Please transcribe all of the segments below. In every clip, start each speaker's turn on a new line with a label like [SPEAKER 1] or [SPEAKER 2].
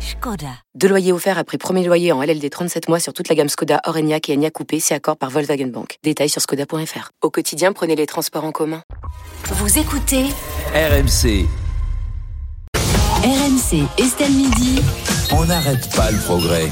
[SPEAKER 1] Skoda. Deux loyers offerts après premier loyer en LLD 37 mois sur toute la gamme Skoda, Orenia et Enya Coupé, c'est accord par Volkswagen Bank. Détails sur skoda.fr. Au quotidien, prenez les transports en commun.
[SPEAKER 2] Vous écoutez
[SPEAKER 3] RMC,
[SPEAKER 2] RMC Estelle Midi.
[SPEAKER 3] on n'arrête pas le progrès.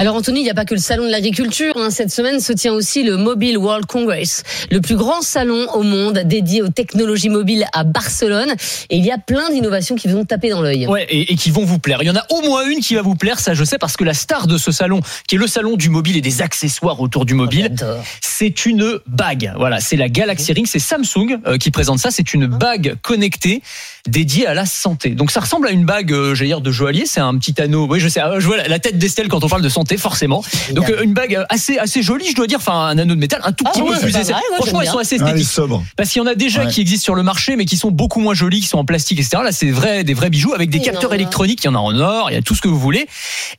[SPEAKER 4] Alors Anthony, il n'y a pas que le salon de l'agriculture. hein. Cette semaine se tient aussi le Mobile World Congress, le plus grand salon au monde dédié aux technologies mobiles à Barcelone. Et il y a plein d'innovations qui vous ont tapé dans l'œil.
[SPEAKER 5] Ouais, et, et qui vont vous plaire. Il y en a au moins une qui va vous plaire, ça je sais, parce que la star de ce salon, qui est le salon du mobile et des accessoires autour du mobile,
[SPEAKER 4] J'adore.
[SPEAKER 5] c'est une bague. Voilà, c'est la Galaxy Ring, c'est Samsung euh, qui présente ça. C'est une bague connectée dédiée à la santé. Donc ça ressemble à une bague, euh, j'allais dire, de joaillier. C'est un petit anneau. Oui, je sais, euh, je vois la- la tête d'Estelle quand on parle de santé, forcément. Donc euh, une bague euh, assez assez jolie, je dois dire. Enfin, un anneau de métal, un tout
[SPEAKER 4] Ah
[SPEAKER 5] petit
[SPEAKER 4] ouais,
[SPEAKER 5] peu
[SPEAKER 4] c'est
[SPEAKER 5] fusé.
[SPEAKER 4] pas mal, moi,
[SPEAKER 5] Franchement,
[SPEAKER 4] j'aime
[SPEAKER 5] ils
[SPEAKER 4] bien.
[SPEAKER 5] sont assez
[SPEAKER 6] Ah, il est
[SPEAKER 5] esthétiques.
[SPEAKER 6] sobre.
[SPEAKER 5] Parce qu'il y en a déjà
[SPEAKER 6] Ouais.
[SPEAKER 5] qui existent sur le marché, mais qui sont beaucoup moins jolis, qui sont en plastique, etc. Là, c'est vrai, des vrais bijoux avec des
[SPEAKER 4] Il y en a
[SPEAKER 5] capteurs
[SPEAKER 4] en or.
[SPEAKER 5] électroniques. Il y en a en or, il y a tout ce que vous voulez.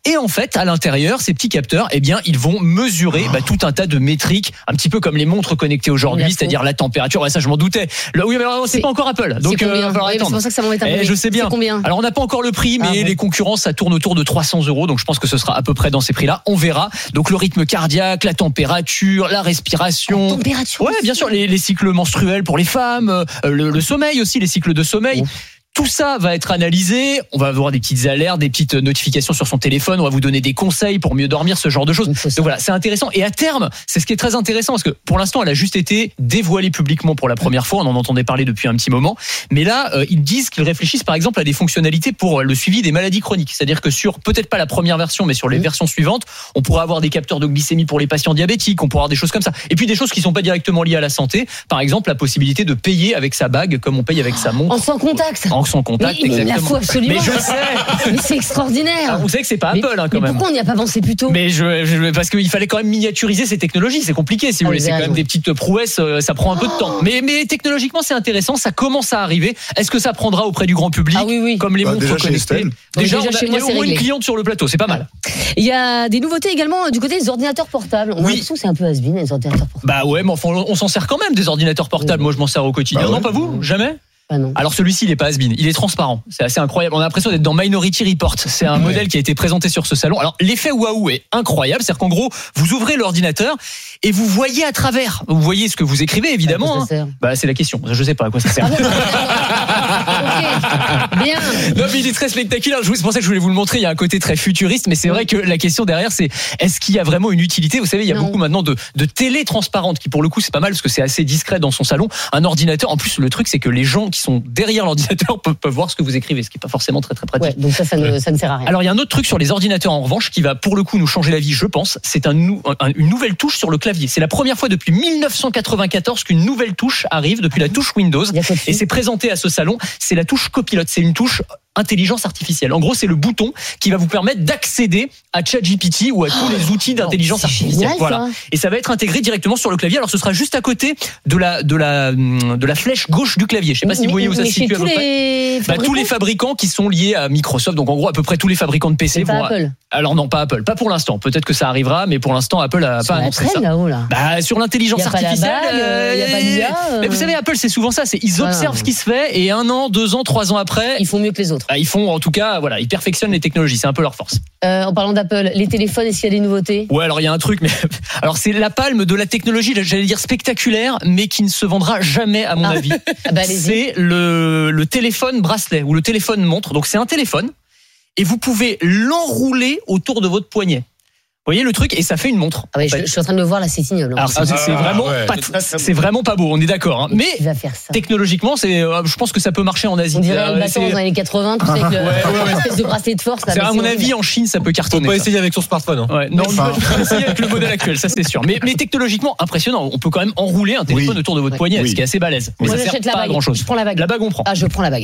[SPEAKER 5] Et en fait, à l'intérieur, ces petits capteurs, eh bien, ils vont mesurer bah, tout un tas de métriques, un petit peu comme les montres connectées
[SPEAKER 4] La
[SPEAKER 5] aujourd'hui,
[SPEAKER 4] peau.
[SPEAKER 5] c'est-à-dire la température. Ouais, ça, je m'en doutais. Là, oui, mais alors, c'est
[SPEAKER 4] C'est-
[SPEAKER 5] pas encore Apple.
[SPEAKER 4] C'est
[SPEAKER 5] Donc, euh,
[SPEAKER 4] combien
[SPEAKER 5] va falloir
[SPEAKER 4] Ouais, mais c'est
[SPEAKER 5] attendre.
[SPEAKER 4] pour ça que ça m'embête un peu,
[SPEAKER 5] Eh,
[SPEAKER 4] mais
[SPEAKER 5] je sais bien.
[SPEAKER 4] C'est combien
[SPEAKER 5] Alors on n'a pas encore le prix, mais
[SPEAKER 4] Hein. Ah, ouais.
[SPEAKER 5] les concurrents ça tourne autour de 300 euros, donc je pense que ce sera à peu près dans ces prix-là. On verra. Donc le rythme cardiaque, la température, la respiration,
[SPEAKER 4] Température.
[SPEAKER 5] Ouais, bien sûr, les, les cycles menstruels pour les femmes, euh, le, le sommeil aussi, les cycles de sommeil.
[SPEAKER 4] Oh.
[SPEAKER 5] Tout ça va être analysé. On va avoir des petites alertes, des petites notifications sur son téléphone. On va vous donner des conseils pour mieux dormir, ce genre de choses.
[SPEAKER 4] Donc, c'est ça.
[SPEAKER 5] Donc voilà, c'est intéressant. Et à terme, c'est ce qui est très intéressant parce que pour l'instant, elle a juste été dévoilée publiquement pour la première fois. On en entendait parler depuis un petit moment. Mais là, euh, ils disent qu'ils réfléchissent par exemple à des fonctionnalités pour euh, le suivi des maladies chroniques. C'est-à-dire que sur peut-être pas la première version, mais sur les versions suivantes, on pourra avoir des capteurs de glycémie pour les patients diabétiques, on pourra avoir des choses comme ça. Et puis des choses qui sont pas directement liées à la santé. Par exemple, la possibilité de payer avec sa bague comme on paye avec sa montre.
[SPEAKER 4] En sans contact.
[SPEAKER 5] En sans
[SPEAKER 4] Mais
[SPEAKER 5] contact,
[SPEAKER 4] il me la
[SPEAKER 5] exactement.
[SPEAKER 4] faut absolument.
[SPEAKER 5] Mais je sais.
[SPEAKER 4] Mais c'est extraordinaire.
[SPEAKER 5] Vous savez que c'est pas
[SPEAKER 4] Mais-
[SPEAKER 5] Apple hein, quand
[SPEAKER 4] mais
[SPEAKER 5] même.
[SPEAKER 4] Pourquoi on n'y a pas avancé plus tôt
[SPEAKER 5] Mais je, je- parce qu'il fallait quand même miniaturiser ces technologies, c'est compliqué si vous
[SPEAKER 4] Ah,
[SPEAKER 5] voulez.
[SPEAKER 4] vous
[SPEAKER 5] C'est quand
[SPEAKER 4] avez
[SPEAKER 5] même
[SPEAKER 4] raison.
[SPEAKER 5] des petites prouesses, euh, ça prend un peu de temps. Mais, mais technologiquement, c'est intéressant, ça commence à arriver. Est-ce que ça prendra auprès du grand public
[SPEAKER 4] Ah oui, oui.
[SPEAKER 5] Comme les
[SPEAKER 6] Bah,
[SPEAKER 5] montres
[SPEAKER 6] déjà chez
[SPEAKER 5] connectées.
[SPEAKER 6] Estelle.
[SPEAKER 4] Oui, déjà
[SPEAKER 5] on a-
[SPEAKER 4] chez
[SPEAKER 5] il y
[SPEAKER 4] moi,
[SPEAKER 5] a
[SPEAKER 4] c'est
[SPEAKER 5] au moins une
[SPEAKER 4] réglé.
[SPEAKER 5] cliente sur le plateau, c'est pas mal.
[SPEAKER 4] Il y a des nouveautés également euh, du côté des ordinateurs portables. On a
[SPEAKER 5] Oui.
[SPEAKER 4] l'impression que c'est un peu has-been, les ordinateurs portables.
[SPEAKER 5] Bah ouais, mais enfin, on s'en sert quand même des ordinateurs portables. Moi, je m'en sers au quotidien.
[SPEAKER 6] Bah ouais.
[SPEAKER 5] Non, pas vous Jamais
[SPEAKER 4] Ah non.
[SPEAKER 5] Alors celui-ci, il est pas has il est transparent. C'est assez incroyable. On a l'impression d'être dans Minority Report. C'est un modèle qui a été présenté sur ce salon. Alors l'effet waouh est incroyable. C'est-à-dire qu'en gros, vous ouvrez l'ordinateur et vous voyez à travers. Vous voyez ce que vous écrivez,
[SPEAKER 4] À
[SPEAKER 5] évidemment.
[SPEAKER 4] quoi ça
[SPEAKER 5] hein.
[SPEAKER 4] sert
[SPEAKER 5] Bah c'est la question. Je sais pas à quoi ça sert.
[SPEAKER 4] Ok. Bien.
[SPEAKER 5] Non mais il est très spectaculaire. Je vous- C'est pour ça que je voulais vous le montrer. Il y a un côté très futuriste, mais c'est vrai que la question derrière, c'est est-ce qu'il y a vraiment une utilité Vous savez, il y a
[SPEAKER 4] Non.
[SPEAKER 5] beaucoup maintenant de, de télé transparentes qui, pour le coup, c'est pas mal parce que c'est assez discret dans son salon. Un ordinateur. En plus, le truc, c'est que les gens qui sont derrière l'ordinateur peuvent, peuvent voir ce que vous écrivez, ce qui est pas forcément très très pratique.
[SPEAKER 4] Ouais, donc ça, ça ne, ça ne sert à rien.
[SPEAKER 5] Alors il y a un autre truc sur les ordinateurs en revanche qui va pour le coup nous changer la vie, je pense. C'est un nou- un- une nouvelle touche sur le clavier. C'est la première fois depuis 1994 qu'une nouvelle touche arrive depuis la touche Windows.
[SPEAKER 4] Ah Il y a quoi dessus
[SPEAKER 5] Et c'est présenté à ce salon. C'est la touche copilote. C'est une touche intelligence artificielle. En gros, c'est le bouton qui va vous permettre d'accéder à ChatGPT ou à tous les outils d'intelligence
[SPEAKER 4] Oh, c'est
[SPEAKER 5] artificielle.
[SPEAKER 4] génial, ça.
[SPEAKER 5] voilà. Et ça va être intégré directement sur le clavier. Alors ce sera juste à côté de la de la hum, de la flèche gauche du clavier. Je sais pas si
[SPEAKER 4] Mais-
[SPEAKER 5] vous voyez où ça
[SPEAKER 4] mais
[SPEAKER 5] se
[SPEAKER 4] chez
[SPEAKER 5] situe. à
[SPEAKER 4] tous
[SPEAKER 5] peu près.
[SPEAKER 4] les
[SPEAKER 5] Bah, tous les
[SPEAKER 4] fabricants,
[SPEAKER 5] fabricants qui sont liés à Microsoft, donc en gros à peu près tous les fabricants de PC
[SPEAKER 4] c'est pas
[SPEAKER 5] vont-
[SPEAKER 4] Apple.
[SPEAKER 5] Alors non, pas Apple, pas pour l'instant. Peut-être que ça arrivera, mais pour l'instant Apple a
[SPEAKER 4] Sur
[SPEAKER 5] pas
[SPEAKER 4] la
[SPEAKER 5] annoncé
[SPEAKER 4] traîne
[SPEAKER 5] ça.
[SPEAKER 4] là-haut là.
[SPEAKER 5] Bah, sur
[SPEAKER 4] Y
[SPEAKER 5] l'intelligence
[SPEAKER 4] a pas la
[SPEAKER 5] artificielle, bah,
[SPEAKER 4] bague, euh, y a pas l'IA, euh.
[SPEAKER 5] Mais vous savez, Apple, c'est souvent ça. C'est ils
[SPEAKER 4] Ah.
[SPEAKER 5] observent ce qui se fait et un an, deux ans, trois ans après,
[SPEAKER 4] Ils font mieux que les autres.
[SPEAKER 5] bah, ils font en tout cas, voilà, ils perfectionnent les technologies. C'est un peu leur force.
[SPEAKER 4] Euh, en parlant d'Apple, les téléphones, est-ce qu'il y a des nouveautés
[SPEAKER 5] Ouais, alors il y a un truc, mais alors c'est la palme de la technologie, j'allais dire spectaculaire, mais qui ne se vendra jamais à mon
[SPEAKER 4] Ah.
[SPEAKER 5] avis.
[SPEAKER 4] Ah bah, allez-y.
[SPEAKER 5] c'est le, le téléphone bracelet ou le téléphone montre. Donc c'est un téléphone et vous pouvez l'enrouler autour de votre poignet. Vous voyez le truc et ça fait une montre.
[SPEAKER 4] Ah ouais,
[SPEAKER 5] En
[SPEAKER 4] je,
[SPEAKER 5] fait.
[SPEAKER 4] je suis en train de le voir là, c'est ignoble. hein.
[SPEAKER 5] Alors c'est c'est vraiment
[SPEAKER 6] ouais.
[SPEAKER 5] pas tr- Ah, c'est vraiment pas beau, on est d'accord. hein. Mais
[SPEAKER 4] Il va faire ça.
[SPEAKER 5] technologiquement, c'est euh, je pense que ça peut marcher en Asie.
[SPEAKER 4] On dirait
[SPEAKER 5] Euh,
[SPEAKER 4] le bâton
[SPEAKER 5] c'est-
[SPEAKER 4] dans les années 80, tu sais, avec le- espèce de bracelet de force. là,
[SPEAKER 5] c'est-
[SPEAKER 4] mais
[SPEAKER 5] à
[SPEAKER 4] c'est
[SPEAKER 5] mon
[SPEAKER 4] horrible.
[SPEAKER 5] avis, en Chine, ça peut cartonner. ça.
[SPEAKER 7] avec son smartphone. hein.
[SPEAKER 5] Ouais, non,
[SPEAKER 6] Enfin.
[SPEAKER 5] on peut essayer avec le modèle actuel, ça c'est sûr. Mais, mais technologiquement, impressionnant. On peut quand même enrouler un téléphone
[SPEAKER 6] Oui.
[SPEAKER 5] autour de votre
[SPEAKER 4] Ouais.
[SPEAKER 5] poignet,
[SPEAKER 6] Oui.
[SPEAKER 5] ce qui est assez balèze. Mais
[SPEAKER 4] Moi,
[SPEAKER 5] ça sert
[SPEAKER 4] j'achète la
[SPEAKER 5] pas à
[SPEAKER 4] bague.
[SPEAKER 5] grand chose.
[SPEAKER 4] Je prends la bague.
[SPEAKER 5] La bague, on prend.
[SPEAKER 4] Ah, je prends la bague.